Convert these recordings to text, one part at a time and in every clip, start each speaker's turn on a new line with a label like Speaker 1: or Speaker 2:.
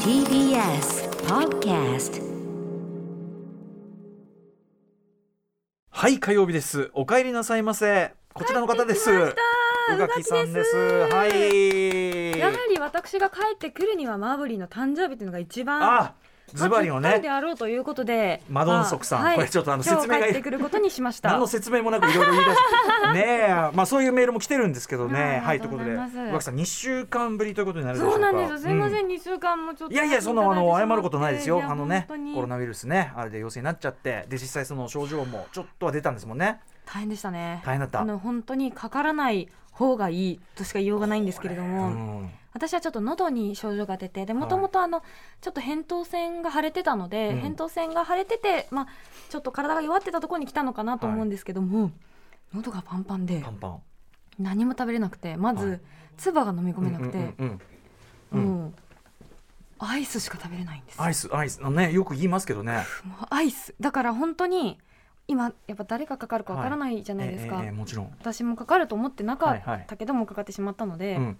Speaker 1: TBS Podcast
Speaker 2: はい、火曜日です。お帰りなさいませ。こちらの方です。
Speaker 3: 帰ってきました
Speaker 2: 宇垣さんです。
Speaker 3: 宇
Speaker 2: は
Speaker 3: 垣
Speaker 2: い。
Speaker 3: やはり私が帰ってくるにはマーブリーの誕生日というのが一番
Speaker 2: あ、ズバリの
Speaker 3: まあぴった
Speaker 2: ね
Speaker 3: りで。あろうということで
Speaker 2: マドンソクさん
Speaker 3: ま
Speaker 2: これちょっとあの
Speaker 3: 今日
Speaker 2: 説明が
Speaker 3: 帰ってくることにしました
Speaker 2: 何の説明もなくいろいろ言い 出すねえまあそういうメールも来てるんですけど
Speaker 3: は
Speaker 2: ね
Speaker 3: い
Speaker 2: はい
Speaker 3: あり
Speaker 2: とい
Speaker 3: が
Speaker 2: う
Speaker 3: と
Speaker 2: こと
Speaker 3: うご
Speaker 2: で
Speaker 3: ざいます
Speaker 2: 宇垣さん2週間ぶりということになるでしょうか
Speaker 3: そうなんですよすいませ
Speaker 2: うん
Speaker 3: 二、週間もちょっと
Speaker 2: いやいやそんなあの謝ることないですよあのねコロ
Speaker 3: ナ
Speaker 2: ナウイルスねあれで陽性になっちゃってで実際その症状もちょっとは出たんですもんね
Speaker 3: 大変でしたね
Speaker 2: 大変だった
Speaker 3: あの本当にかからない方がいいとしか言いようがないんですけれど
Speaker 2: う
Speaker 3: も、
Speaker 2: ん
Speaker 3: 私はちょっと喉に症状が出てで
Speaker 2: はい
Speaker 3: もともとあのちょっと扁桃腺が腫れてたので、
Speaker 2: うん
Speaker 3: 扁桃腺が腫れてて、まあ、ちょっと体が弱ってたところに来たのかなと思うんですけども、喉がパンパンで
Speaker 2: パンパン
Speaker 3: 何も食べれなくてま
Speaker 2: はい
Speaker 3: ず唾が飲み込めなくて、
Speaker 2: うんうんうんうん
Speaker 3: もうアイスしか食べれないんです
Speaker 2: アイスアイスねよく言いますけどね
Speaker 3: もうアイスだから本当に今やっぱ誰がかかるかわからないじゃないですか、
Speaker 2: ええええもちろん
Speaker 3: 私もかかると思ってなかったけどもかかってしまったので、
Speaker 2: うん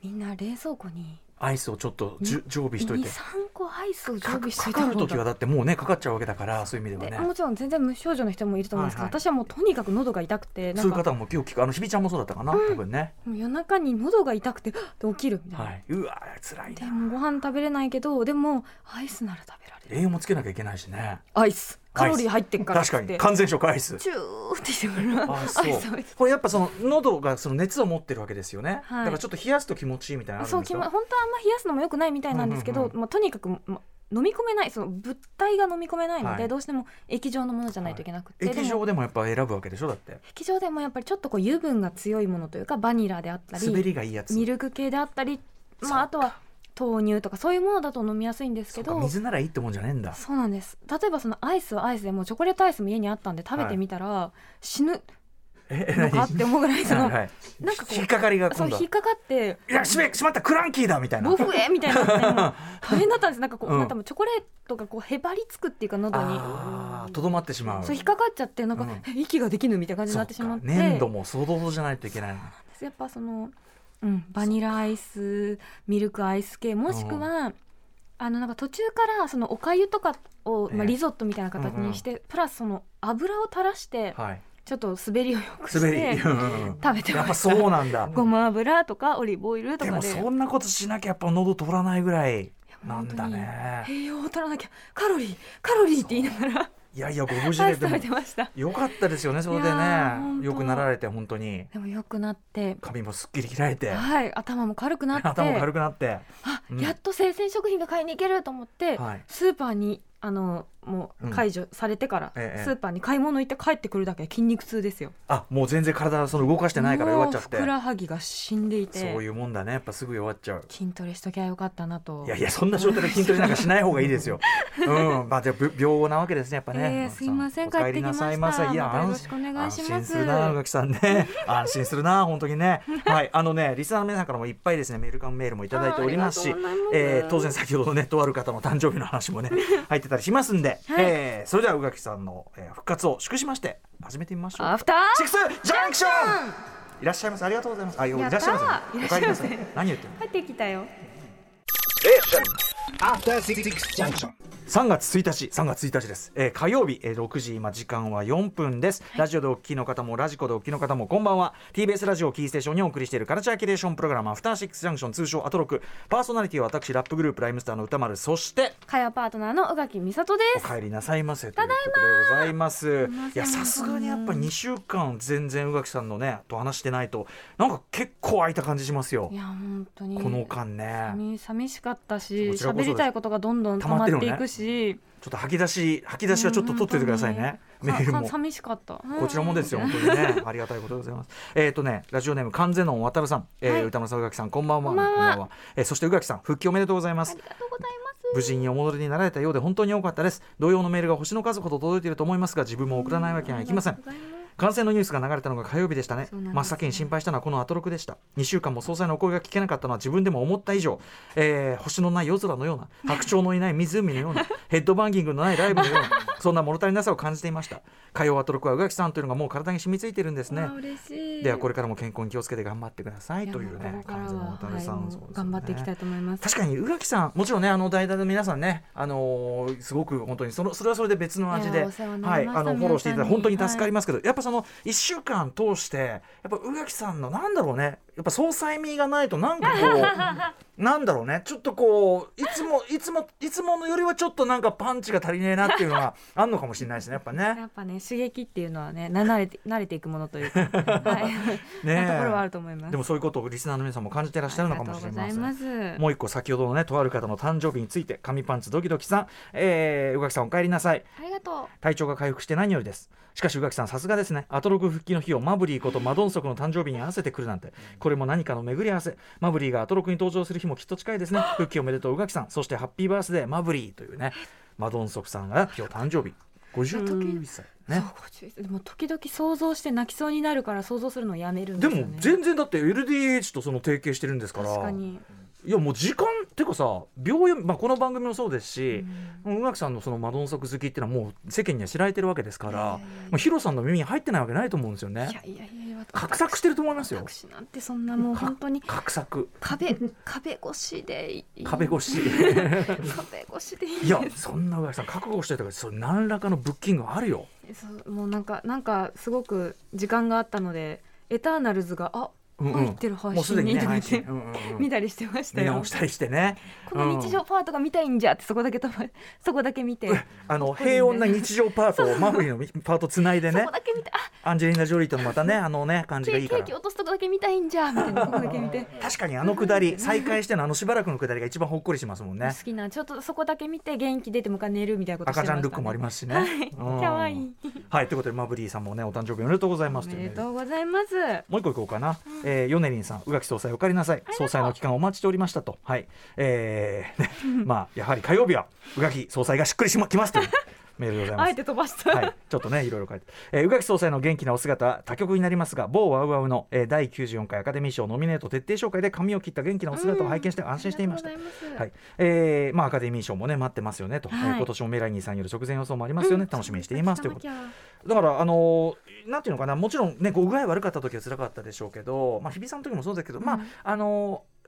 Speaker 3: みんな冷蔵庫に
Speaker 2: アイスをちょっとじゅ常備しといて
Speaker 3: 23個アイスを常
Speaker 2: か
Speaker 3: 備しと
Speaker 2: か
Speaker 3: いた
Speaker 2: かる
Speaker 3: 方
Speaker 2: 時は
Speaker 3: が
Speaker 2: だってもうねかかっちゃうわけだからそういう意味で
Speaker 3: で
Speaker 2: はね
Speaker 3: もちろん全然無症状の人もいると思うんですけど、
Speaker 2: はいはい
Speaker 3: 私はもうとにかく喉が痛くてな
Speaker 2: そうんいう
Speaker 3: か
Speaker 2: 方も今日聞くあのひびちゃんもそうだったかな、多分ね
Speaker 3: もう夜中に喉が痛くてはっって起きるみたいな、
Speaker 2: はいうわ辛い
Speaker 3: で
Speaker 2: な
Speaker 3: もご飯食べれないけどでもアイスなら食べられる
Speaker 2: 栄養もつけなきゃいけないしね
Speaker 3: アイスカロリー入ってっからっ
Speaker 2: 確
Speaker 3: つ
Speaker 2: か
Speaker 3: っ
Speaker 2: に
Speaker 3: て
Speaker 2: 完全食アイ ス
Speaker 3: チューってしてもらう
Speaker 2: あ
Speaker 3: アイ
Speaker 2: そ
Speaker 3: スを
Speaker 2: うこれやっぱその喉がその熱を持ってるわけですよね、
Speaker 3: はい
Speaker 2: だからちょっと冷やすと気持ちいいみたいなのある
Speaker 3: そ
Speaker 2: ん
Speaker 3: う
Speaker 2: です
Speaker 3: き
Speaker 2: よ
Speaker 3: ま本当はあんま冷やすのも良くないみたいなんですけど、
Speaker 2: うんうんう
Speaker 3: まあ、とにかく、ま、飲み込めないその物体が飲み込めないので、
Speaker 2: はい
Speaker 3: どうしても液状のものじゃないといけなくて、
Speaker 2: 液
Speaker 3: でも
Speaker 2: 状でもやっぱ選ぶわけでしょだって
Speaker 3: 液状でもやっぱりちょっとこう油分が強いものというかバニラであった
Speaker 2: 滑
Speaker 3: り
Speaker 2: りがいいやつ
Speaker 3: ミルク系であったり、
Speaker 2: そう
Speaker 3: ま
Speaker 2: か
Speaker 3: あ、あとは豆乳とかそういうものだと飲みやすいんです
Speaker 2: そ
Speaker 3: け
Speaker 2: うか
Speaker 3: ど
Speaker 2: 水ならいいってもんじゃねえんだ
Speaker 3: そうなんです例えばそのアイスはアイスでもうチョコレートアイスも家にあったんで食べてみたら、死ぬ
Speaker 2: え
Speaker 3: のかって思うぐらいその、
Speaker 2: はいはい
Speaker 3: なんかこう
Speaker 2: 引っかかりが
Speaker 3: そ
Speaker 2: 今度
Speaker 3: う引っかかって
Speaker 2: いやしめしまったクランキーだみたいな
Speaker 3: ボフえみたいな のがね大変だったんですなんかこう、
Speaker 2: うん
Speaker 3: なんかもうチョコレートがこうへばりつくっていうか喉に
Speaker 2: あーとどまってしまう
Speaker 3: そう引っかかっちゃってなんか、
Speaker 2: うん
Speaker 3: え息ができぬみたいな感じになってしまって
Speaker 2: そっか粘土も相当じゃないといけないの
Speaker 3: やっぱその、うん、バニラアイスミルクアイス系もしくは、あのなんか途中からそのおかゆとかを、ま
Speaker 2: え
Speaker 3: あ、
Speaker 2: え
Speaker 3: リゾットみたいな形にして、プラスその油を垂らして
Speaker 2: はい
Speaker 3: ちょっと滑りをよくし
Speaker 2: 滑りう
Speaker 3: て
Speaker 2: ん
Speaker 3: 食べて
Speaker 2: や
Speaker 3: ま
Speaker 2: っ
Speaker 3: し
Speaker 2: ぱ
Speaker 3: た
Speaker 2: そうなんだ
Speaker 3: ごま油とかオリーブオイルと
Speaker 2: で
Speaker 3: か
Speaker 2: も
Speaker 3: で
Speaker 2: そんなことしなきゃやっぱ喉通らないぐらいなんだね
Speaker 3: 栄養を取らなきゃカロリーカロリーって言いながら
Speaker 2: いやいやご無事
Speaker 3: ア
Speaker 2: で
Speaker 3: イス
Speaker 2: でも
Speaker 3: 食べてました
Speaker 2: よかったですよねそれ
Speaker 3: い
Speaker 2: で
Speaker 3: やー本
Speaker 2: ね
Speaker 3: 当
Speaker 2: よくなられて本当に
Speaker 3: でも良くなって
Speaker 2: 髪もすっきり開いて
Speaker 3: はい頭も軽くなって
Speaker 2: 頭も軽くなって
Speaker 3: あ
Speaker 2: うん
Speaker 3: やっと生鮮食品が買いに行けると思って、
Speaker 2: はい
Speaker 3: スーパーにあのも
Speaker 2: うん
Speaker 3: う解除されてから、
Speaker 2: ええ
Speaker 3: スーパーに買い物行って帰ってくるだけで筋肉痛ですよ
Speaker 2: あもう全然体その動かしてないから弱っちゃっ
Speaker 3: もうふく
Speaker 2: て
Speaker 3: らはぎが死んでいて
Speaker 2: そういうもんだねやっぱすぐ弱っちゃう
Speaker 3: 筋トレしときゃよかったなと
Speaker 2: いやいやそんな状態で筋トレなんかしない方がいいです よ。うん、まあじゃあぶ病後なわけですねやっぱね。
Speaker 3: えーすいません帰ってきました
Speaker 2: お帰りなさいませいや
Speaker 3: またよ
Speaker 2: 安
Speaker 3: ろしくお願いしま
Speaker 2: 安
Speaker 3: す
Speaker 2: 心するな宇垣さん ね。安心するな本当にね。はいあのねリスナーの皆さんからもいっぱいですねメールカンメールもいただいておりますし
Speaker 3: あありがとうございます
Speaker 2: えー当然先ほどねとある方の誕生日の話もね入ってたりしますんで、えーそれでは宇垣さんの、えー復活を祝しまして始めてみましょう
Speaker 3: ア。フター
Speaker 2: シックスジャンクションいらっしゃいませありがとうございます。あいやいらっしゃいませ。
Speaker 3: や
Speaker 2: お帰
Speaker 3: ったー
Speaker 2: りなさ
Speaker 3: いら
Speaker 2: い
Speaker 3: っしゃいま。
Speaker 2: 何言ってんの
Speaker 3: 帰ってきたよ
Speaker 4: After Six Junction.
Speaker 2: 3月1日3月1日です、えー火曜日、えー6時今時間は4分です、ラジオでお聞きの方もラジコでお聞きの方もこんばんは TBS ラジオをキーステーションにお送りしているカルチャーキュレーションプログラムアフターシックスジャンクション通称アトロクパーソナリティは私ラップグループライムスターの歌丸そして
Speaker 3: 会話パートナーの宇垣美里で
Speaker 2: お
Speaker 3: す
Speaker 2: 帰りなさいませということでございますいやさすがにやっぱ2週間全然宇垣さんのねと話してないとなんか結構空いた感じしますよ
Speaker 3: いや本当に
Speaker 2: この間ね
Speaker 3: 寂寂しかったし
Speaker 2: こちらこそで
Speaker 3: 喋
Speaker 2: す
Speaker 3: りたいことがどんどん溜まっていくし
Speaker 2: ちょっと吐き出し吐き出しはちょっと取っててくださいねメール
Speaker 3: か
Speaker 2: も
Speaker 3: か寂しかった
Speaker 2: こちらもですよ、本当にね、ありがたいことでございます。 えっ、とね、ラジオネーム完全の渡るさん、えー
Speaker 3: はい
Speaker 2: 歌丸さん、宇垣さん、こんばんは。
Speaker 3: こんばんは
Speaker 2: えーそして宇垣さん、復帰おめでとうございます
Speaker 3: あり。がとうございます
Speaker 2: 無事にお戻りになられたようで本当に良かったです。同様のメールが星の数ほど届いていると思いますが、自分も送らないわけにはいきません。感染のニュースが流れたのが火曜日でしたね
Speaker 3: そうなんですね
Speaker 2: 真っ先に心配したのはこのアトロクでした2週間も総裁のお声が聞けなかったのは自分でも思った以上、えー星のない夜空のような 白鳥のいない湖のようなヘッドバンギングのないライブのようなそんな物足りなさを感じていました火曜アトロクは宇垣さんというのがもう体に染み付いてるんですね
Speaker 3: わあ嬉しい
Speaker 2: ではこれからも健康に気をつけて頑張ってください
Speaker 3: いや
Speaker 2: という
Speaker 3: も
Speaker 2: ね
Speaker 3: ここか
Speaker 2: 感
Speaker 3: ら
Speaker 2: じの
Speaker 3: は
Speaker 2: 渡辺さん、
Speaker 3: はい
Speaker 2: そうです
Speaker 3: も
Speaker 2: ね
Speaker 3: う頑張っていきたいと思います
Speaker 2: 確かに宇垣さんもちろんねあの代打の皆さんねあのーすごく本当にそのそれはそれで別の味
Speaker 3: い
Speaker 2: で
Speaker 3: やお世話にな
Speaker 2: は
Speaker 3: り
Speaker 2: い
Speaker 3: ました
Speaker 2: あのフォローしていただいて本
Speaker 3: 皆
Speaker 2: 当に
Speaker 3: さんに
Speaker 2: 助かりますけど、やっぱその1週間通してやっぱ宇垣さんのなんだろうねやっぱ総裁味がないとなんかこ うなんだろうねちょっとこういつもいつもいつものよりはちょっとなんかパンチが足りねえなっていうのがあんのかもしれないですねやっ ぱね
Speaker 3: やっぱね刺激っていうのはねな慣れて慣れていくものというか、 はい、
Speaker 2: ねえ
Speaker 3: なところはあると思います。
Speaker 2: でもそういうことをリスナーの皆さんも感じてらっしゃるのかもしれません
Speaker 3: ありがとうございま す。
Speaker 2: もう一個先ほどのねとある方の誕生日について紙パンツドキドキさん、えー、宇垣さんお帰りなさい
Speaker 3: ありがと
Speaker 2: 体調が回復して何よりですしかし宇垣さんさすがですねアトロク復帰の日をマブリーことマドンソクの誕生日に合わせてくるなんてこれも何かの巡り合わせマブリーがアトロクに登場する日もきっと近いです ね復帰おめでとう宇垣さんそしてハッピーバースデーマブリーというねマドンソクさんが今日誕生日51歳
Speaker 3: う。
Speaker 2: ね
Speaker 3: そうご注意でも時々想像して泣きそうになるから想像するのをやめるん
Speaker 2: で
Speaker 3: ですよ
Speaker 2: も
Speaker 3: ね。
Speaker 2: 全然だって LDH とその提携してるんですから
Speaker 3: 確かに。
Speaker 2: いやもう時間っていうかさ秒読み、まあ、この番組もそうですし、宇垣さんのそのマドンソク好きっていうのはもう世間には知られてるわけですから、
Speaker 3: いやいやいや
Speaker 2: もうヒロさんの耳に入ってないわけないと思うんですよね
Speaker 3: い。やいやいやいや。
Speaker 2: 画策してると思いますよ
Speaker 3: 隠。しなんてそんなもう本当に
Speaker 2: 画策、
Speaker 3: 壁壁越しでいい
Speaker 2: 壁越 し。
Speaker 3: 壁越しでいい。
Speaker 2: いや、そんな上垣さん覚悟してたから、それ何らかのブッキングあるよ。
Speaker 3: そうもうなんかなんかすごく時間があったのでエターナルズがあ
Speaker 2: うんうん
Speaker 3: 入ってる配
Speaker 2: もうすで
Speaker 3: 信
Speaker 2: に
Speaker 3: に
Speaker 2: ね、
Speaker 3: とか
Speaker 2: 配
Speaker 3: 言って
Speaker 2: 信、うんうんうん
Speaker 3: 見たりしてました
Speaker 2: 見
Speaker 3: よ
Speaker 2: 直し。たりしてね。
Speaker 3: この日常パートが見たいんじゃってそこだけ飛ばそこだけ見て、
Speaker 2: あの平穏な日常パートをマフィーのパートつないで
Speaker 3: そ
Speaker 2: ね
Speaker 3: こ、だけ見てあ
Speaker 2: アンジェリーナ・ジョリーとのまたね、あのね感じ
Speaker 3: ケ
Speaker 2: がいい
Speaker 3: ーキ
Speaker 2: か
Speaker 3: ケ
Speaker 2: ら
Speaker 3: ーキ。落とすとこだけ見たいんじゃみたいなそこだけ見て。
Speaker 2: 確かにあのくだり、再開してのあのしばらくのくだりが一番ほっこりしますもん
Speaker 3: 好
Speaker 2: ね。
Speaker 3: きなちょっとそこだけ見て元気出てもう一回寝るみたいなことして
Speaker 2: 赤ち
Speaker 3: ました、
Speaker 2: ゃ
Speaker 3: ね、
Speaker 2: んルックもありますしね。うん
Speaker 3: 可愛い
Speaker 2: はい、ということでマブリーさんもねお誕生日おめでとうございます
Speaker 3: お
Speaker 2: という
Speaker 3: めで
Speaker 2: ね
Speaker 3: とうございます
Speaker 2: もう一個いこうかな、えー、ヨネリンさん宇垣総裁お帰りなさい総裁の期間お待ちしておりましたとはいえーね まあやはり火曜日は宇垣総裁がしっくりしまきますというメールでございま
Speaker 3: あえ
Speaker 2: す
Speaker 3: て飛ばした、
Speaker 2: はい、ちょっとねいろいろ書いて、えー宇垣総裁の元気なお姿他局になりますが某ワウワウの、えー第94回アカデミー賞ノミネート徹底紹介で髪を切った元気なお姿を拝見して安心していました
Speaker 3: ありがとうございます
Speaker 2: はいえーまあ、アカデミー賞もね待ってますよねと、
Speaker 3: はい
Speaker 2: えー今年もメラニーさんよる直前予想もありますよね、楽しみにしていますということで
Speaker 3: 聞かなき
Speaker 2: だ
Speaker 3: ゃ
Speaker 2: からあのーなんていうのかなもちろんねこう具合悪かった時は辛かったでしょうけど、まあ、日比さんの時もそうだけど、まあ
Speaker 3: うん
Speaker 2: あのー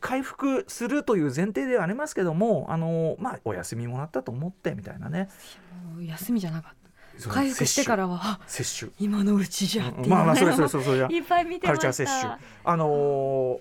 Speaker 2: 回復するという前提ではありますけども、あのーまあ、お休みもらったと思ってみたいなね
Speaker 3: もう休みじゃなかった回復してからはあ
Speaker 2: 接種
Speaker 3: 今のうちじゃって
Speaker 2: 接
Speaker 3: い
Speaker 2: 種
Speaker 3: う、
Speaker 2: まあまあそれそれそれそれじゃ
Speaker 3: いっぱい見て
Speaker 2: カ
Speaker 3: ま
Speaker 2: ル
Speaker 3: し
Speaker 2: チ
Speaker 3: た
Speaker 2: ャー接種あの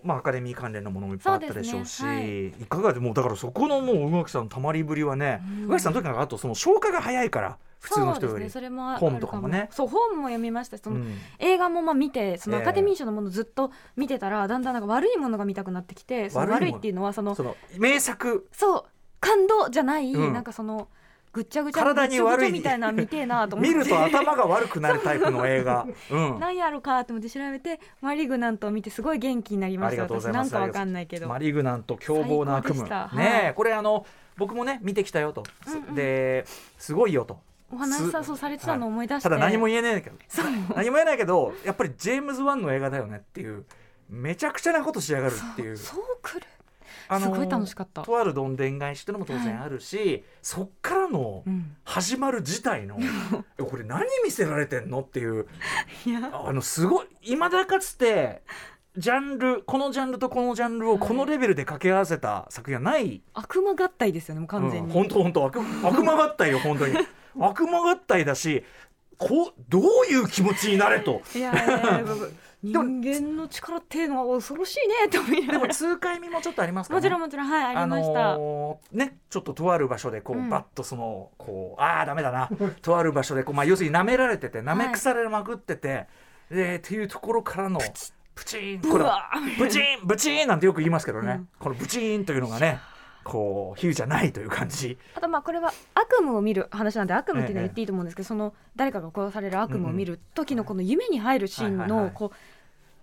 Speaker 2: ーまあアカデミー関連のものもいっぱいあったでしょうし
Speaker 3: そうです
Speaker 2: いかがでもうだからそこのもう宇垣さんのたまりぶりはね
Speaker 3: うん
Speaker 2: 宇垣さんの時なんかあとその消化が早いから普通の人
Speaker 3: そ
Speaker 2: よ
Speaker 3: う
Speaker 2: り
Speaker 3: ですねそれもある
Speaker 2: 本とかもね
Speaker 3: そう本も読みましたしその、
Speaker 2: うん
Speaker 3: 映画もまあ見てその
Speaker 2: ええ
Speaker 3: アカデミー賞のものずっと見てたら、だんだんなんか悪いものが見たくなってきてその
Speaker 2: 悪いもの
Speaker 3: 悪いっていうのはその
Speaker 2: その名作
Speaker 3: そう感動じゃない、
Speaker 2: うん
Speaker 3: なんかそのぐっちゃぐちゃ
Speaker 2: 体に悪い
Speaker 3: ぐっちゃぐちゃみたいな見てえなと思っ
Speaker 2: 見
Speaker 3: て
Speaker 2: ると頭が悪くなるタイプの映 画。うん
Speaker 3: 何やろかと思って調べてマリグナントを見てすごい元気になりま
Speaker 2: あ
Speaker 3: し
Speaker 2: り
Speaker 3: た
Speaker 2: がとうございます。
Speaker 3: 私なんかわかんないけど
Speaker 2: マリグナント凶暴な悪夢。
Speaker 3: 最高でした
Speaker 2: ねえ、
Speaker 3: はい
Speaker 2: これあの僕もね見てきたよと、
Speaker 3: うんうん
Speaker 2: ですごいよと。
Speaker 3: お話さそうされてたのを思い出し
Speaker 2: た
Speaker 3: て、
Speaker 2: だ何も言えないけど、
Speaker 3: そう
Speaker 2: 何も言えないけど、やっぱりジェームズワンの映画だよねっていう。めちゃくちゃなことしやがるっていう。
Speaker 3: そうくる
Speaker 2: あの
Speaker 3: すごい楽しかった
Speaker 2: とあるどんでん返しっていうのも当然あるし、そっからの
Speaker 3: うん
Speaker 2: 始まる自体の、えこれ何見せられてんのっていう。
Speaker 3: いや
Speaker 2: あのすごい今だかつてジャンルこのジャンルとこのジャンルをこのレベルで掛け合わせた作品はない、
Speaker 3: 悪魔合体ですよねもう完全に、
Speaker 2: うん本当本当悪悪魔合体よ本当に悪魔合体だしこうどういう気持ちになれと
Speaker 3: いやいやいやいや
Speaker 2: も
Speaker 3: 人間の力っていうのは恐ろしいねと思い
Speaker 2: で
Speaker 3: なが
Speaker 2: も
Speaker 3: ら
Speaker 2: 痛快味もちょっとありますか
Speaker 3: も
Speaker 2: ら、
Speaker 3: ち
Speaker 2: ね
Speaker 3: ろんもちろんはいあ
Speaker 2: あ
Speaker 3: りま
Speaker 2: の
Speaker 3: した、
Speaker 2: ーね、ちょっととある場所でこう、
Speaker 3: うん
Speaker 2: バッとそのこうああダメだなとある場所 でこう、まあ、要するに舐められてて舐め腐れまくってて、でっていうところからのプチーンこ
Speaker 3: ブ
Speaker 2: れは
Speaker 3: ワー
Speaker 2: ブチーンブチーンなんてよく言いますけどね、
Speaker 3: うん
Speaker 2: このブチーンというのがねこう比喩じゃないという感じ
Speaker 3: あとまあこれは悪夢を見る話なんで悪夢っていうのは言っていいと思うんですけど、その誰かが殺される悪夢を見る時のこの夢に入るシーン
Speaker 2: はいはいは
Speaker 3: の
Speaker 2: い
Speaker 3: こう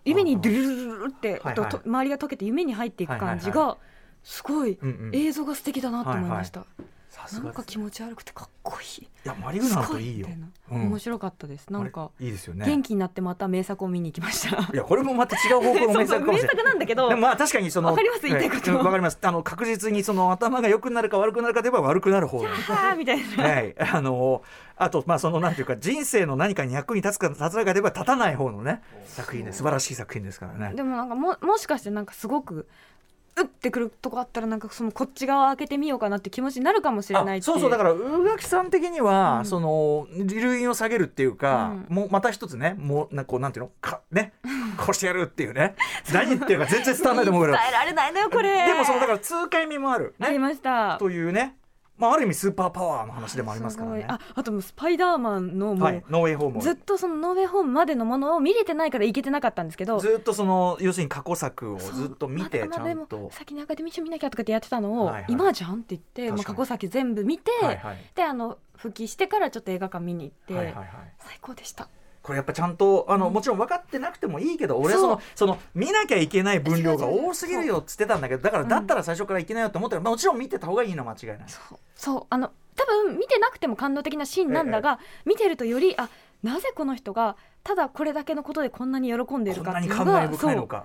Speaker 3: 夢にドゥルルルルルって
Speaker 2: はいはい
Speaker 3: とと周りが溶けて夢に入っていく感じ
Speaker 2: はいは
Speaker 3: がすごい
Speaker 2: うんうん
Speaker 3: 映像が素敵だなと思いました。
Speaker 2: さ
Speaker 3: な
Speaker 2: すが
Speaker 3: ん
Speaker 2: です
Speaker 3: か気持ち悪くてかっこいい
Speaker 2: いやマリグナントいいよ
Speaker 3: すごみたな
Speaker 2: うん
Speaker 3: 面白かったですなんか
Speaker 2: あれいいですよね
Speaker 3: 元気になってまた名作を見に行きました
Speaker 2: いやこれもまた違う方向の名
Speaker 3: そう
Speaker 2: 作
Speaker 3: そう
Speaker 2: かも
Speaker 3: 名
Speaker 2: しれない
Speaker 3: 作なんだけど
Speaker 2: でもまあ確かにその
Speaker 3: わかります言いたいこと
Speaker 2: ええわかりますあの確実にその頭が良くなるか悪くなるかで言えば悪くなる方なんで
Speaker 3: はあみたいな
Speaker 2: はい、あのあと、まあ、そのなんていうか人生の何かに役に立つか立たないかでは立たない方のね作品で素晴らしい作品ですからね。
Speaker 3: でもなんかももしかしてなんかすごくうってくるとこあったらなんかそのこっち側開けてみようかなって気持ちになるかもしれ
Speaker 2: あ
Speaker 3: ないってい
Speaker 2: そうそうだからら宇垣さん的には、
Speaker 3: うん
Speaker 2: その流飲を下げるっていうか、
Speaker 3: うん
Speaker 2: もうまた一つねもうなんかこうなんていうのかねこうしてやるっていうね何言ってるか全然伝わらないと思うけど
Speaker 3: 伝えられないのよこれ
Speaker 2: でもそのだから痛快味もある、
Speaker 3: あり
Speaker 2: ね、
Speaker 3: ました
Speaker 2: というね、まあ、ある意味スーパーパワーの話でもありますから
Speaker 3: ごい
Speaker 2: ね。
Speaker 3: ああともうスパイダーマンのもう、
Speaker 2: はい、ノーウェイホームを
Speaker 3: ずっとそのノーウェイホームまでのものを見れてないから行けてなかったんですけど
Speaker 2: ずっとその要するに過去作をずっと見て
Speaker 3: そう
Speaker 2: ち
Speaker 3: まだ
Speaker 2: ゃ
Speaker 3: まだ
Speaker 2: ん
Speaker 3: でも
Speaker 2: と。
Speaker 3: 先にアカデミー賞見なきゃとかってやってたのを、
Speaker 2: はいはい
Speaker 3: 今じゃんって言って、まあ、
Speaker 2: 確か
Speaker 3: 過
Speaker 2: に
Speaker 3: 去先全部見て、
Speaker 2: はいはい
Speaker 3: であの復帰してからちょっと映画館見に行って、
Speaker 2: はいはいはい、
Speaker 3: 最高でした
Speaker 2: これやっぱちゃんとあの、
Speaker 3: うん
Speaker 2: もちろん分かってなくてもいいけど俺は
Speaker 3: そ
Speaker 2: そうのその見なきゃいけない分量が
Speaker 3: そうそうそう
Speaker 2: 多すぎるよっつってたんだけどだから
Speaker 3: うん
Speaker 2: だったら最初からいけないよって思ったら、もちろん見てた方がいいのは間違いない。
Speaker 3: そうそうあの多分見てなくても感動的なシーンなんだが、見てるとよりあなぜこの人がただこれだけのことでこんなに喜んでい
Speaker 2: こ
Speaker 3: る
Speaker 2: ん
Speaker 3: かっ
Speaker 2: な
Speaker 3: て
Speaker 2: に
Speaker 3: いう
Speaker 2: 感
Speaker 3: の
Speaker 2: 慨
Speaker 3: が
Speaker 2: 深いのか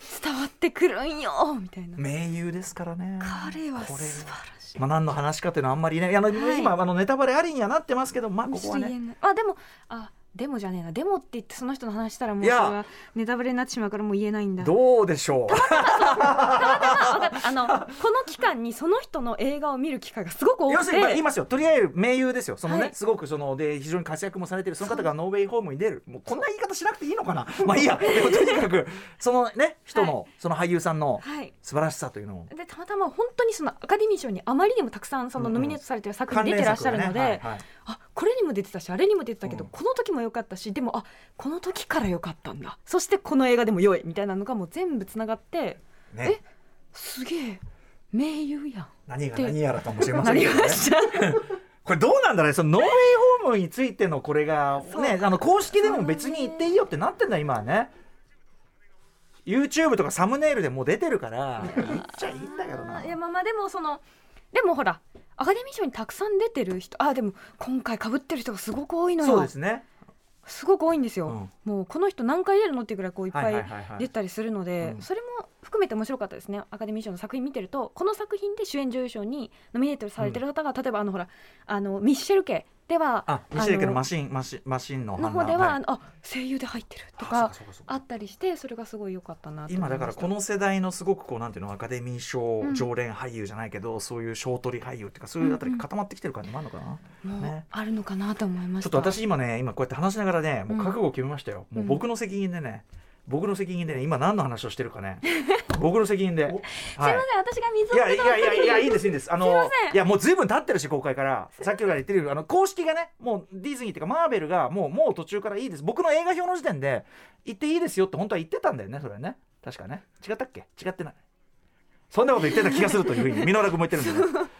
Speaker 3: そう伝わってくるんよみたいな
Speaker 2: 盟友ですからね。
Speaker 3: 彼は素
Speaker 2: こ
Speaker 3: 晴
Speaker 2: れ
Speaker 3: ら
Speaker 2: は
Speaker 3: しい
Speaker 2: まあ、何の話かっていうのはあんまりねあの、
Speaker 3: はい
Speaker 2: 今あのネタバレありにはなってますけどまあここは
Speaker 3: 水
Speaker 2: ね
Speaker 3: 泳のあでもあでもじゃねえなでもって言ってその人の話したらもう
Speaker 2: い
Speaker 3: それ
Speaker 2: や
Speaker 3: はネタバレになってしまうからもう言えないんだ
Speaker 2: どうでしょう。
Speaker 3: あわかったあのこの期間にその人の映画を見る機会がすごく多
Speaker 2: 要
Speaker 3: く
Speaker 2: する
Speaker 3: て
Speaker 2: にまあ言いますよとりあえず盟友ですよそのね、
Speaker 3: はい
Speaker 2: すごくそので非常に活躍もされてるその方がノーウェイホームに出るもうこんな言い方しなくていいのかなまあいいやでもとにか くそのね人の、その俳優さんの
Speaker 3: はい
Speaker 2: 素晴らしさというのを
Speaker 3: でたまたま本当にそのアカデミー賞にあまりにもたくさんその
Speaker 2: うんうん
Speaker 3: ノミネートされてる作品出てらっしゃるので、
Speaker 2: 関連作がねはいはい
Speaker 3: あこれにも出てたしあれにも出てたけど、
Speaker 2: うん
Speaker 3: この時も良かったしでもあこの時から良かったんだそしてこの映画でも良いみたいなのがもう全部つながって
Speaker 2: ね、
Speaker 3: すげえ名優やん。
Speaker 2: 何が
Speaker 3: で
Speaker 2: 何やらかもしれませ
Speaker 3: なん
Speaker 2: け
Speaker 3: り
Speaker 2: どね
Speaker 3: ま した。
Speaker 2: これどうなんだろうねそのノーウェイホームについてのこれが
Speaker 3: そう
Speaker 2: ねあの公式でも別に言っていいよってなってんだ今はね YouTube とかサムネイルでもう出てるから言っちゃいいんだけど
Speaker 3: あ
Speaker 2: な
Speaker 3: ーいやまあまあでもそのでもほらアカデミー賞にたくさん出てる人あーでも今回かぶってる人がすごく多いの
Speaker 2: そう
Speaker 3: よ
Speaker 2: ですね
Speaker 3: すごく多いんですよ、
Speaker 2: うん
Speaker 3: もうこの人何回出るのっていうぐらいこういっぱ
Speaker 2: はい
Speaker 3: い
Speaker 2: はいはいはい
Speaker 3: 出たりするので、
Speaker 2: うん
Speaker 3: それも含めて面白かったですねアカデミー賞の作品見てるとこの作品で主演女優賞にノミネートされてる方が、例えばあのほらあのミッシェル家では
Speaker 2: あ、ミシェル家のマ
Speaker 3: シ
Speaker 2: シン、マシン、マシンの
Speaker 3: の
Speaker 2: 判
Speaker 3: 方
Speaker 2: 断
Speaker 3: では、
Speaker 2: い
Speaker 3: あのあ声優で入ってると
Speaker 2: あ
Speaker 3: か
Speaker 2: そうそうかそう
Speaker 3: あ
Speaker 2: か
Speaker 3: ったりしてそれがすごい良かったなと思い
Speaker 2: 今
Speaker 3: ました
Speaker 2: だからこの世代のすごくこうなんていうのアカデミー賞
Speaker 3: うん
Speaker 2: 常連俳優じゃないけど、そういう賞取り俳優っていうかそういうあたりが固まってきてる感じもあるのかな、
Speaker 3: もう
Speaker 2: ね
Speaker 3: あるのかなと思いま
Speaker 2: ちょ
Speaker 3: し
Speaker 2: っと
Speaker 3: た
Speaker 2: 私今ね今こうやって話しながらねもう覚悟を決めましたよ、もう僕の責任でね僕の責任でね今何の話をしてるか ね僕の責任で、はい、
Speaker 3: すいません私が水
Speaker 2: い
Speaker 3: を
Speaker 2: やいやいやいやいいですいいですあの
Speaker 3: すいません
Speaker 2: いやもうずいぶん経ってるし公開からさっきから言ってるようにあの公式がねもうディズニーっていうかマーベルがもうもう途中からいいです僕の映画表の時点で言っていいですよって本当は言ってたんだよねそれはね確かね違ったっけ違ってないそんなこと言ってた気がするというふ うに箕浦君も言ってるんだよね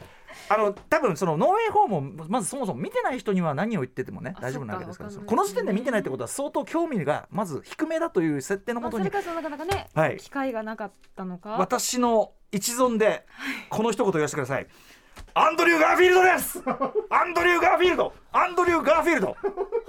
Speaker 2: あの多分そのノーウェイホームをまずそもそも見てない人には何を言っててもね
Speaker 3: あ
Speaker 2: 大丈夫なわけですから
Speaker 3: そっか
Speaker 2: この時点で見てないってことは相当興味がまず低めだという設定の
Speaker 3: ま
Speaker 2: もと
Speaker 3: あ、そ
Speaker 2: に
Speaker 3: れかそのなかなかね、
Speaker 2: はい
Speaker 3: 機会がなかったのか
Speaker 2: 私の一存でこの一言言わせてくださいアンドリュー・ガーフィールド ですアンドリュー・ガーフィールドアンドリュー・ガーフィールド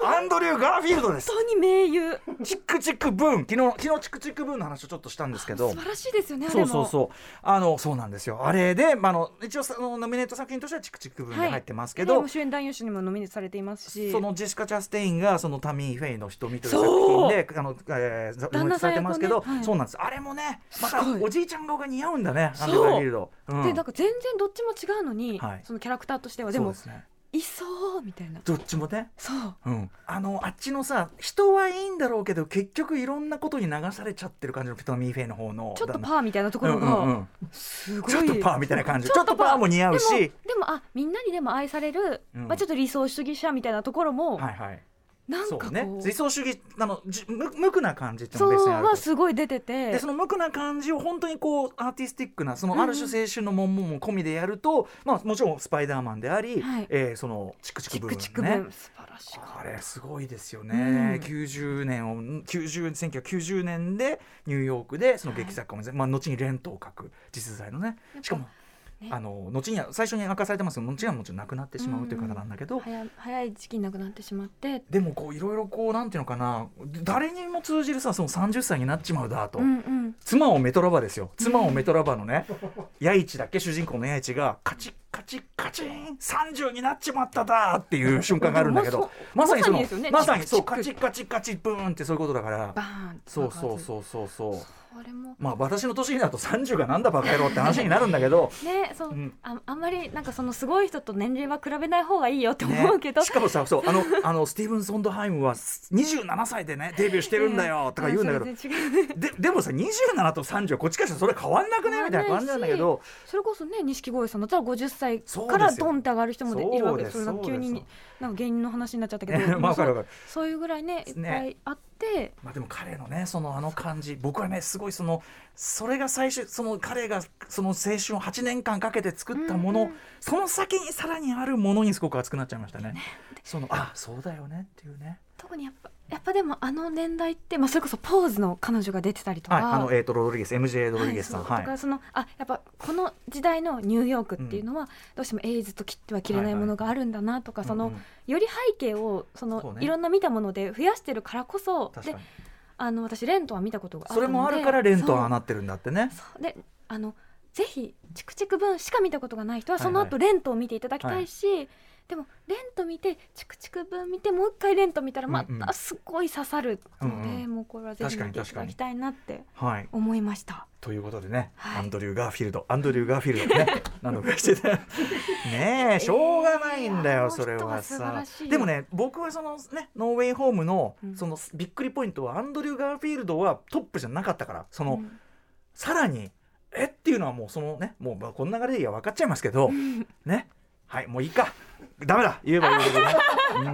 Speaker 2: アンドリュー・ガーフィールドです
Speaker 3: 本当に名優
Speaker 2: チックチックブーン昨日昨日チックチックブーンの話をちょっとしたんですけど
Speaker 3: 素晴らしいですよねあれ
Speaker 2: そ
Speaker 3: も
Speaker 2: うそうそうあのそうなんですよあれで、まあ、あの一応そのノミネート作品としてはチックチックブーンで入ってますけ
Speaker 3: ね
Speaker 2: ど、
Speaker 3: もう主演男優賞にもノミネートされていますし
Speaker 2: そのジェシカ・チャステインがそのタミー・フェイの瞳という作
Speaker 3: そ
Speaker 2: 品
Speaker 3: う
Speaker 2: であの、えー、ざ
Speaker 3: 旦那
Speaker 2: さ
Speaker 3: さん
Speaker 2: れてますけど、
Speaker 3: 役をねはい
Speaker 2: そうなんですあれもねまた
Speaker 3: すごい
Speaker 2: おじいちゃん顔が似合うんだね
Speaker 3: そ
Speaker 2: ア
Speaker 3: う
Speaker 2: ンドリュー・ガーフィールド。うん
Speaker 3: でなんか全然どっちも違うのに、
Speaker 2: はい
Speaker 3: そのキャラクターとしてはで
Speaker 2: そう
Speaker 3: も
Speaker 2: ですね、
Speaker 3: いそうみたいな
Speaker 2: どっちもね、
Speaker 3: そう
Speaker 2: うん、あのあっちのさ人はいいんだろうけど結局いろんなことに流されちゃってる感じのピトミーフェイの方の
Speaker 3: ちょっと
Speaker 2: だ
Speaker 3: パ
Speaker 2: な
Speaker 3: ーみたいなところ
Speaker 2: うんうんう
Speaker 3: が
Speaker 2: ん
Speaker 3: すごい、
Speaker 2: ちょっとパーみたいな感じ
Speaker 3: ち
Speaker 2: ちょ
Speaker 3: ょ
Speaker 2: っ
Speaker 3: っ
Speaker 2: と
Speaker 3: と
Speaker 2: パ
Speaker 3: パー
Speaker 2: ーも似合
Speaker 3: で
Speaker 2: う
Speaker 3: も
Speaker 2: し
Speaker 3: でもあみんなにでも愛される、
Speaker 2: うん
Speaker 3: まあ、ちょっと理想主義者みたいなところも、
Speaker 2: はいはい
Speaker 3: なんか
Speaker 2: そ
Speaker 3: こ
Speaker 2: う
Speaker 3: う
Speaker 2: ね理想主義あのじ無無垢な感じっていうの
Speaker 3: そ
Speaker 2: も
Speaker 3: う
Speaker 2: 別にあると
Speaker 3: はすごい出てて
Speaker 2: でその無垢な感じを本当にこうアーティスティックなそのある種
Speaker 3: うんう
Speaker 2: 青春の悶々も込みでやると、まあ、もちろん「スパイダーマン」であり、
Speaker 3: はい
Speaker 2: えーそのチクチク
Speaker 3: チ
Speaker 2: ブ
Speaker 3: クチ
Speaker 2: ー
Speaker 3: ク
Speaker 2: ム
Speaker 3: ブ
Speaker 2: ね
Speaker 3: ーム素晴らしか
Speaker 2: あ
Speaker 3: った
Speaker 2: れすごいですよね、
Speaker 3: うん
Speaker 2: 90年を90 1990年でニューヨークでその劇作家も、まあ、後に「レント」を書く実在のねしかも
Speaker 3: ね
Speaker 2: あの後には最初に明かされてますけど後にはもちろん亡くなってしまうという方なんだけど、
Speaker 3: 早早い時期に亡くなってしまって
Speaker 2: でもこういろいろこうなんていうのかな誰にも通じるさその30歳になっちまうだと、
Speaker 3: うんうん
Speaker 2: 妻をメトラバですよ妻をメトラバのね 弥一だっけ主人公の弥一がカチッカチッカチン30になっちまっただっていう瞬間があるんだけどま
Speaker 3: ま
Speaker 2: さ
Speaker 3: さ
Speaker 2: にその
Speaker 3: まさにですよね
Speaker 2: まさにそう
Speaker 3: チク
Speaker 2: カ
Speaker 3: チ
Speaker 2: チ
Speaker 3: ク
Speaker 2: ッカチッカチッブーンってそういうことだから
Speaker 3: バーンって
Speaker 2: そうそう
Speaker 3: う
Speaker 2: そうそうそう
Speaker 3: あれも
Speaker 2: まあ私の年になると30がなんだバカ野郎って話になるんだけど
Speaker 3: ねそう、
Speaker 2: うん
Speaker 3: ああんまりなんかそのすごい人と年齢は比べない方がいいよって
Speaker 2: ね
Speaker 3: 思うけ ど、
Speaker 2: しかもさそうあのあのスティーブン・ソンドハイムは27歳でねデビューしてるんだよとか言うんだけど
Speaker 3: あそれ全 然違う
Speaker 2: ででもさ27と30はこっちからしたらそれ変わんなくねみたいな感じなんだけ
Speaker 3: 変わん
Speaker 2: ど
Speaker 3: それこそね錦鯉さんだったら50歳
Speaker 2: そうですよ
Speaker 3: からドンって上がる人もいるわけです
Speaker 2: そうです
Speaker 3: そ
Speaker 2: そ
Speaker 3: れが急
Speaker 2: う
Speaker 3: に
Speaker 2: で
Speaker 3: なんか芸人の話になっちゃったけ
Speaker 2: まあ
Speaker 3: ど
Speaker 2: わかるわかる
Speaker 3: そういうぐらいねいっぱいあって、
Speaker 2: まあでも彼のねそのあの感じ僕はねすごいそのそれが最終その彼がその青春を8年間かけて作ったもの、
Speaker 3: うんうん
Speaker 2: その先にさらにあるものにすごく熱くなっちゃいましたね。そのあそうだよねっていうね。
Speaker 3: 特にやっぱやっぱでもあの年代って、まあ、それこそポーズの彼女が出てたりとか、
Speaker 2: はいあのえーとロドリゲス MJ ロドリゲスさん
Speaker 3: はいそう
Speaker 2: はい
Speaker 3: と。かそのあやっぱこの時代のニューヨークっていうのは、どうしてもエイズと切っては切れないものがあるんだなとか、その、
Speaker 2: うんうん
Speaker 3: より背景をその
Speaker 2: そうね
Speaker 3: いろんな見たもので増やしてるからこそ
Speaker 2: 確
Speaker 3: で
Speaker 2: かに
Speaker 3: あの私レントは見たことがある
Speaker 2: それもあるからレントはああ
Speaker 3: な
Speaker 2: なってるんだってね。
Speaker 3: であのぜひチクチク分しか見たことがない人は
Speaker 2: はいは
Speaker 3: そ
Speaker 2: い
Speaker 3: の後レントを見ていただきたいし、でもレント見てチクチク分見てもう一回レント見たらま
Speaker 2: うんうん
Speaker 3: たすごい刺さるので、
Speaker 2: うんうん
Speaker 3: もうこれはぜひ見ていただきたいなって
Speaker 2: はい
Speaker 3: 思いました。
Speaker 2: ということでね、
Speaker 3: はい
Speaker 2: アンドリュー・ガーフィールドアンドリュー・ガーフィールド ね何度かしてたねえしょうがないんだよ、
Speaker 3: いやー
Speaker 2: それはさ
Speaker 3: あの人は素晴らしい
Speaker 2: でもね僕はそのねノーウェイホームの
Speaker 3: うん
Speaker 2: そのびっくりポイントはアンドリュー・ガーフィールドはトップじゃなかったからその、
Speaker 3: うん
Speaker 2: さらにえっていうのはもうそのねもうまあこんな流れでいいや分かっちゃいますけどねはいもういいかダメだ言えば言うほどねうー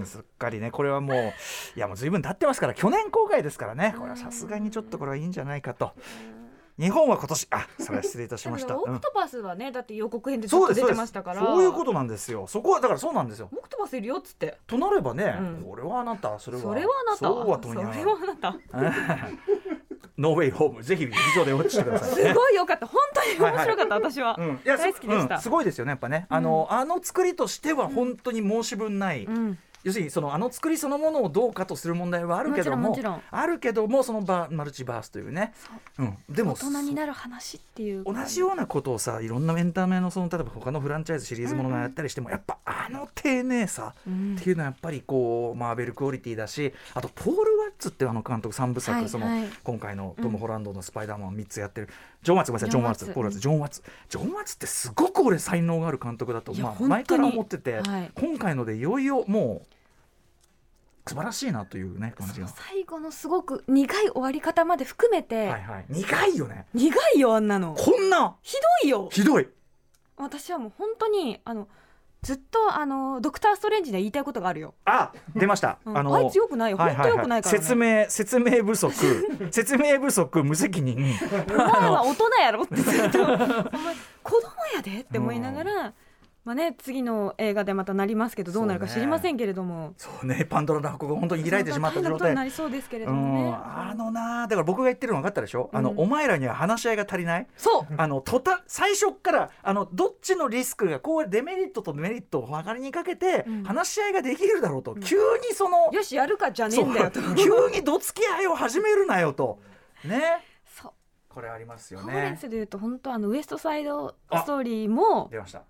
Speaker 2: んすっかりねこれはもういやもう随分経ってますから去年公開ですからねこれはさすがにちょっとこれはいいんじゃないかと日本は今年あそれは失礼いたしまし
Speaker 3: で
Speaker 2: た
Speaker 3: もオ
Speaker 2: う
Speaker 3: ク
Speaker 2: ん
Speaker 3: トパスはねだって予告編でずっ
Speaker 2: そうで
Speaker 3: と
Speaker 2: す
Speaker 3: 出
Speaker 2: そう
Speaker 3: て
Speaker 2: で
Speaker 3: ますしたから
Speaker 2: そういうことなんですよそこはだからそうなんですよ
Speaker 3: オクトパスいるよっつって
Speaker 2: となればね、
Speaker 3: うん
Speaker 2: これはあなたそれは
Speaker 3: それはあなた
Speaker 2: そうはとにゃ
Speaker 3: それは あなた
Speaker 2: ノーウェイホームぜひ劇場でウォッチしてください、
Speaker 3: す
Speaker 2: ね
Speaker 3: ごい良かった本当に面白かった私は、
Speaker 2: うん、いや
Speaker 3: 大好きでした
Speaker 2: うんすごいですよねやっぱねあの,、あの作りとしては本当に申し分ない、
Speaker 3: うん
Speaker 2: 要するにそのあの作りそのものをどうかとする問題はあるけども
Speaker 3: もちろんもち
Speaker 2: あるけどもそのバマルチバースというねうん、でも
Speaker 3: 大人になる話っていう
Speaker 2: 同じようなことをさいろんなエンタメのその例えば他のフランチャイズシリーズものがやったりしても、やっぱあの丁寧さ
Speaker 3: うん
Speaker 2: っていうのはやっぱりこうマーベルクオリティだしあとポール・ワッツっていうあの監督3部作、
Speaker 3: はい
Speaker 2: その
Speaker 3: はい
Speaker 2: 今回のトム・ホランドの「スパイダーマン」3つやってるジョン・ワッツごめんなさいジョン・ワッツ
Speaker 3: ジョンワッツ
Speaker 2: ポール・ワッツジョン・ワッツジョン・ワッツってすごく俺才能がある監督だと、
Speaker 3: いや
Speaker 2: まあ、
Speaker 3: 本当に
Speaker 2: 前から思ってて、
Speaker 3: はい
Speaker 2: 今回のでいよいよもう素晴らしいなというね感じ
Speaker 3: そ
Speaker 2: が
Speaker 3: の。最後のすごく苦い終わり方まで含めて、
Speaker 2: はいはい、苦いよね
Speaker 3: 苦いよあんなの
Speaker 2: こんな
Speaker 3: ひどいよ
Speaker 2: ひどい
Speaker 3: 私はもう本当にあのずっとあのドクター・ストレンジで言いたいことがあるよ、
Speaker 2: あ出ました、
Speaker 3: うんあいつよくないよ、本当よくないから、ね、
Speaker 2: 説明説明不足説明不足無責任
Speaker 3: お前は大人やろってずっとお前子供やでって思いながら、まあね、次の映画でまたなりますけどどうなるか知りませんけれども、
Speaker 2: そうねパンドラの箱が本当に開いてしまった
Speaker 3: そんな
Speaker 2: 状
Speaker 3: こと
Speaker 2: 態
Speaker 3: になりそうですけれ
Speaker 2: う
Speaker 3: どもね
Speaker 2: んあのなあだから僕が言ってるの分かったでしょ、あの
Speaker 3: うん
Speaker 2: お前らには話し合いが足りない
Speaker 3: そう
Speaker 2: あのとた最初っからあのどっちのリスクがこうデメリットとメリットを分かりにかけて、
Speaker 3: うん
Speaker 2: 話し合いができるだろうと、急にその
Speaker 3: よしやるかじゃねえんだよと
Speaker 2: そう急にどつき合いを始めるなよとね
Speaker 3: そう
Speaker 2: これありますよ
Speaker 3: ホーレン
Speaker 2: ね
Speaker 3: スでいうと本当あのウエストサイドストーリーも
Speaker 2: 出ました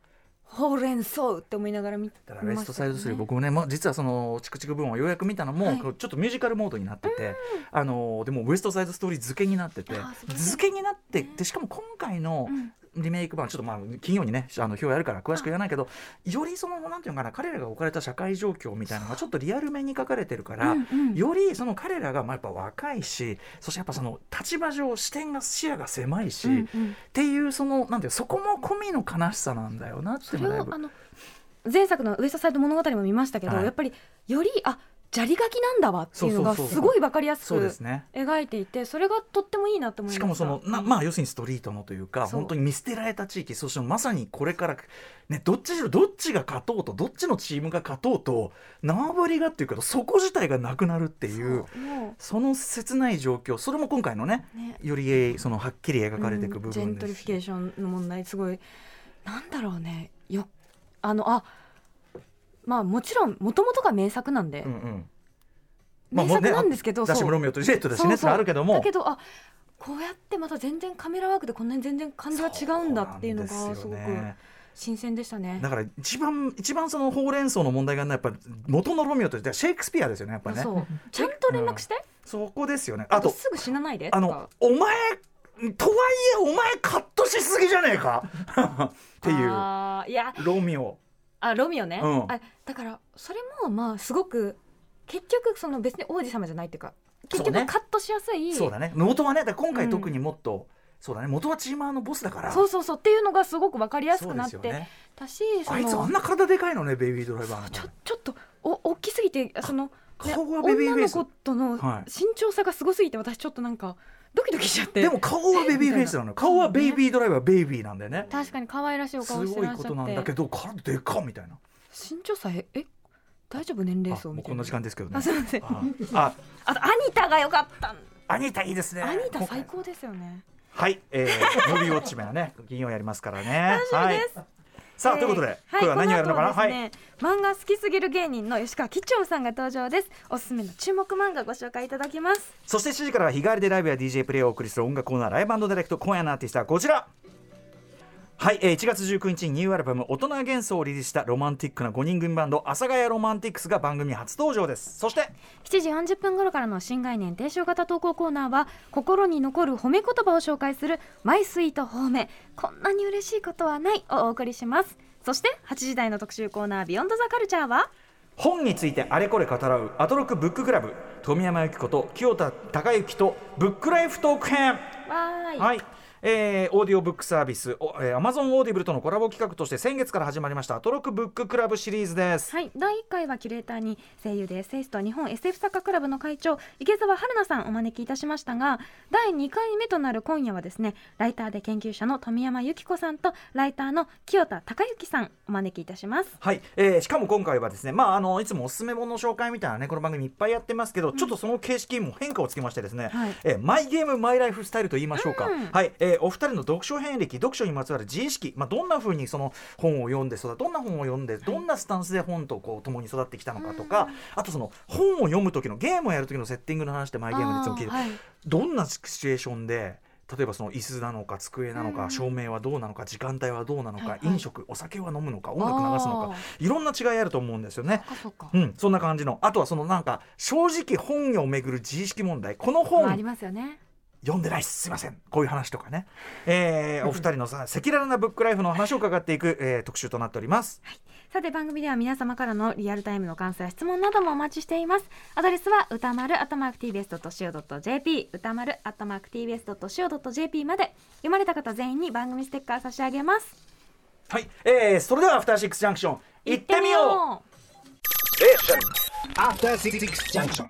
Speaker 3: ほうれん草って思いながら見て
Speaker 2: だからウエストサイドストーリー
Speaker 3: まし
Speaker 2: 僕もね、まあ、実はその「チクチク分」をようやく見たのも、
Speaker 3: はい
Speaker 2: こうちょっとミュージカルモードになってて、あのーでもウエストサイドストーリー付けになってて
Speaker 3: あーそうね
Speaker 2: 付けになってでしかも今回の
Speaker 3: たね
Speaker 2: リメイク版ちょっとまあ金曜にねあの表やるから詳しく言わないけどよりそのなんていうのかな彼らが置かれた社会状況みたいなのがちょっとリアルめに書かれてるから。
Speaker 3: うんうんうん
Speaker 2: よりその彼らがまあやっぱ若いしそしてやっぱその立場上視点が視野が狭いし、
Speaker 3: うんう
Speaker 2: っ
Speaker 3: ん
Speaker 2: ていうそのなんていうそこも込みの悲しさなんだよなって
Speaker 3: そ
Speaker 2: いうの
Speaker 3: れ
Speaker 2: がだい
Speaker 3: を
Speaker 2: ぶ
Speaker 3: あの前作のウエストサイド物語も見ましたけど、
Speaker 2: はい
Speaker 3: やっぱりよりあ砂利書きなんだわっていうの
Speaker 2: そ
Speaker 3: が
Speaker 2: うそうそう
Speaker 3: すごい分かりやす
Speaker 2: そう
Speaker 3: く
Speaker 2: ですね
Speaker 3: 描いていてそれがとってもいいなと思いまし
Speaker 2: したかもそのな、まあ、要するにストリートのというか
Speaker 3: そう
Speaker 2: 本当に見捨てられた地域そしてまさにこれから、ね、どっちしろどっちが勝とうとどっちのチームが勝とうと縄張りがっていうけどそこ自体がなくなるっていう
Speaker 3: そうも
Speaker 2: その切ない状況それも今回のね
Speaker 3: うね
Speaker 2: よりえーそのはっきり描かれていく部
Speaker 3: ジェ
Speaker 2: 分
Speaker 3: ント
Speaker 2: で
Speaker 3: リ
Speaker 2: す
Speaker 3: フィケーションの問題すごいなんだろうねよあのあまあもちろんもともとが名作なんで、
Speaker 2: うんうんまあ
Speaker 3: 名
Speaker 2: もう
Speaker 3: 作
Speaker 2: ね
Speaker 3: なんですけど、
Speaker 2: だし
Speaker 3: そう
Speaker 2: ロミオとジュリエットだしね
Speaker 3: そうそう
Speaker 2: それあるけども
Speaker 3: だけどあこうやってまた全然カメラワークでこんなに全然感じが違うんだっていうのが
Speaker 2: そなんですすよ
Speaker 3: ごく
Speaker 2: ね
Speaker 3: 新鮮でしたね。
Speaker 2: だから一番一番そのほうれん草の問題がねやっぱり元のロミオとジュリエットシェイクスピアですよねやっぱね
Speaker 3: そ
Speaker 2: そう
Speaker 3: ちゃんと連絡して、
Speaker 2: こですよね
Speaker 3: あ
Speaker 2: あ
Speaker 3: と
Speaker 2: と
Speaker 3: すぐ死なないで
Speaker 2: あ
Speaker 3: と
Speaker 2: の
Speaker 3: か
Speaker 2: お前とはいえお前カットしすぎじゃねえか っていう
Speaker 3: あーいや
Speaker 2: ロミオ
Speaker 3: あロミオね、
Speaker 2: うん
Speaker 3: あだからそれもまあすごく結局その別に王子様じゃないっていうか結
Speaker 2: そう
Speaker 3: 局
Speaker 2: ね
Speaker 3: カットしやすい
Speaker 2: そうだね元はねだから今回特にもっと、そうだね元はチーマーのボスだから
Speaker 3: そうそうそうっていうのがすごく分かりやす
Speaker 2: そ
Speaker 3: く
Speaker 2: うで
Speaker 3: なっ
Speaker 2: すよ
Speaker 3: て
Speaker 2: ね
Speaker 3: たしそ
Speaker 2: あいつあ
Speaker 3: の
Speaker 2: んな体でかいのねベイビードライバーの
Speaker 3: ちょちょっとお大きすぎてその、ね
Speaker 2: 顔はベビー
Speaker 3: 女
Speaker 2: フェイ
Speaker 3: の
Speaker 2: ス
Speaker 3: 子との
Speaker 2: はい
Speaker 3: 身長差がすごすぎて私ちょっとなんかドキドキしちゃって
Speaker 2: でも顔はベビーフェイスなのよ顔はベイビードライバーベイビーなんだよね
Speaker 3: 確かに可愛らしいお
Speaker 2: す
Speaker 3: 顔して
Speaker 2: ごい
Speaker 3: らっ
Speaker 2: こ
Speaker 3: し
Speaker 2: とな
Speaker 3: ゃ
Speaker 2: ん
Speaker 3: っ
Speaker 2: だけ
Speaker 3: て
Speaker 2: ど体でかっみたいな
Speaker 3: 身長差ええ大丈夫年齢
Speaker 2: あ
Speaker 3: 層
Speaker 2: も
Speaker 3: み
Speaker 2: う
Speaker 3: た
Speaker 2: こ
Speaker 3: い
Speaker 2: んな
Speaker 3: な
Speaker 2: 時間ですけど
Speaker 3: あ
Speaker 2: ね
Speaker 3: すいません
Speaker 2: ああ
Speaker 3: あとアニタが良かったん
Speaker 2: アニタいいですね
Speaker 3: アニタ
Speaker 2: 今回
Speaker 3: 最高ですよね
Speaker 2: はい、えー、モビーウォッチメンはね、 金曜やりますからね。
Speaker 3: 楽しみです
Speaker 2: はい、さあ、ということで、今日は何をやるのかな、
Speaker 3: この後は
Speaker 2: は
Speaker 3: です
Speaker 2: い、
Speaker 3: ね漫画好きすぎる芸人の吉川吉兆さんが登場ですおすすめの注目漫画ご紹介いただきます
Speaker 2: そして7時からは日替わりでライブや DJ プレイをお送りする音楽コーナーライブディレクト今夜のアーティストはこちらはい、えー、1月19日にニューアルバム「大人幻想」をリリースしたロマンティックな5人組バンド阿佐ヶ谷ロマンティックスが番組初登場ですそして
Speaker 3: 7時40分頃からの新概念提唱型投稿コーナーは心に残る褒め言葉を紹介するマイスイート褒めこんなに嬉しいことはないをお送りしますそして8時台の特集コーナービヨンドザカルチャーは
Speaker 2: 本についてあれこれ語らうアトロックブッククラブ富山由紀子と清田孝之とブックライフトーク編
Speaker 3: わーい
Speaker 2: はい、えーオーディオブックサービス、おえー、Amazon オーディブルとのコラボ企画として先月から始まりましたアトロックブッククラブシリーズです。
Speaker 3: はい、第1回はキュレーターに声優でエッセイスト日本 SF 作家クラブの会長池澤春菜さんお招きいたしましたが第2回目となる今夜はですねライターで研究者の富山由紀子さんとライターの清田隆之さんお招きいたします。
Speaker 2: はい、えーしかも今回はですね、まあ、あのいつもおすすめ本の紹介みたいなねこの番組いっぱいやってますけど、ちょっとその形式にも変化をつけましてですね、
Speaker 3: はい
Speaker 2: えーマイゲームマイライフスタイルと言いましょうか、
Speaker 3: うん
Speaker 2: はいえーお二人の読書遍歴読書にまつわる自意識、まあ、どんな風にその本を読んで育どんな本を読んでどんなスタンスで本とこう共に育ってきたのかとか、あとその本を読む時のゲームをやる時のセッティングの話ってマイゲームでいつも聞いて、
Speaker 3: はい
Speaker 2: どんなシチュエーションで例えばその椅子なのか机なのか、
Speaker 3: うん
Speaker 2: 照明はどうなのか時間帯はどうなのか、
Speaker 3: はいはい
Speaker 2: 飲食お酒は飲むのか音楽流すのかいろんな違いあると思うんですよね。
Speaker 3: あーそうかそうか
Speaker 2: うん、そんな感じのあとはそのなんか正直本をめぐる自意識問題この
Speaker 3: まああり
Speaker 2: 本
Speaker 3: ますよね。
Speaker 2: 読んでないですすいませんこういう話とかね、えーお二人のさ赤裸々なブックライフの話を伺っていく、えー特集となっております。
Speaker 3: さて番組では皆様からのリアルタイムの感想や質問などもお待ちしていますアドレスは歌丸アットマーク TBS.CO.JP 歌丸アットマーク TBS.CO.JP まで読まれた方全員に番組ステッカー差し上げます
Speaker 2: はい、えーそれではアフターシックスジャンクション行ってみよう
Speaker 3: う
Speaker 1: After Six Junction.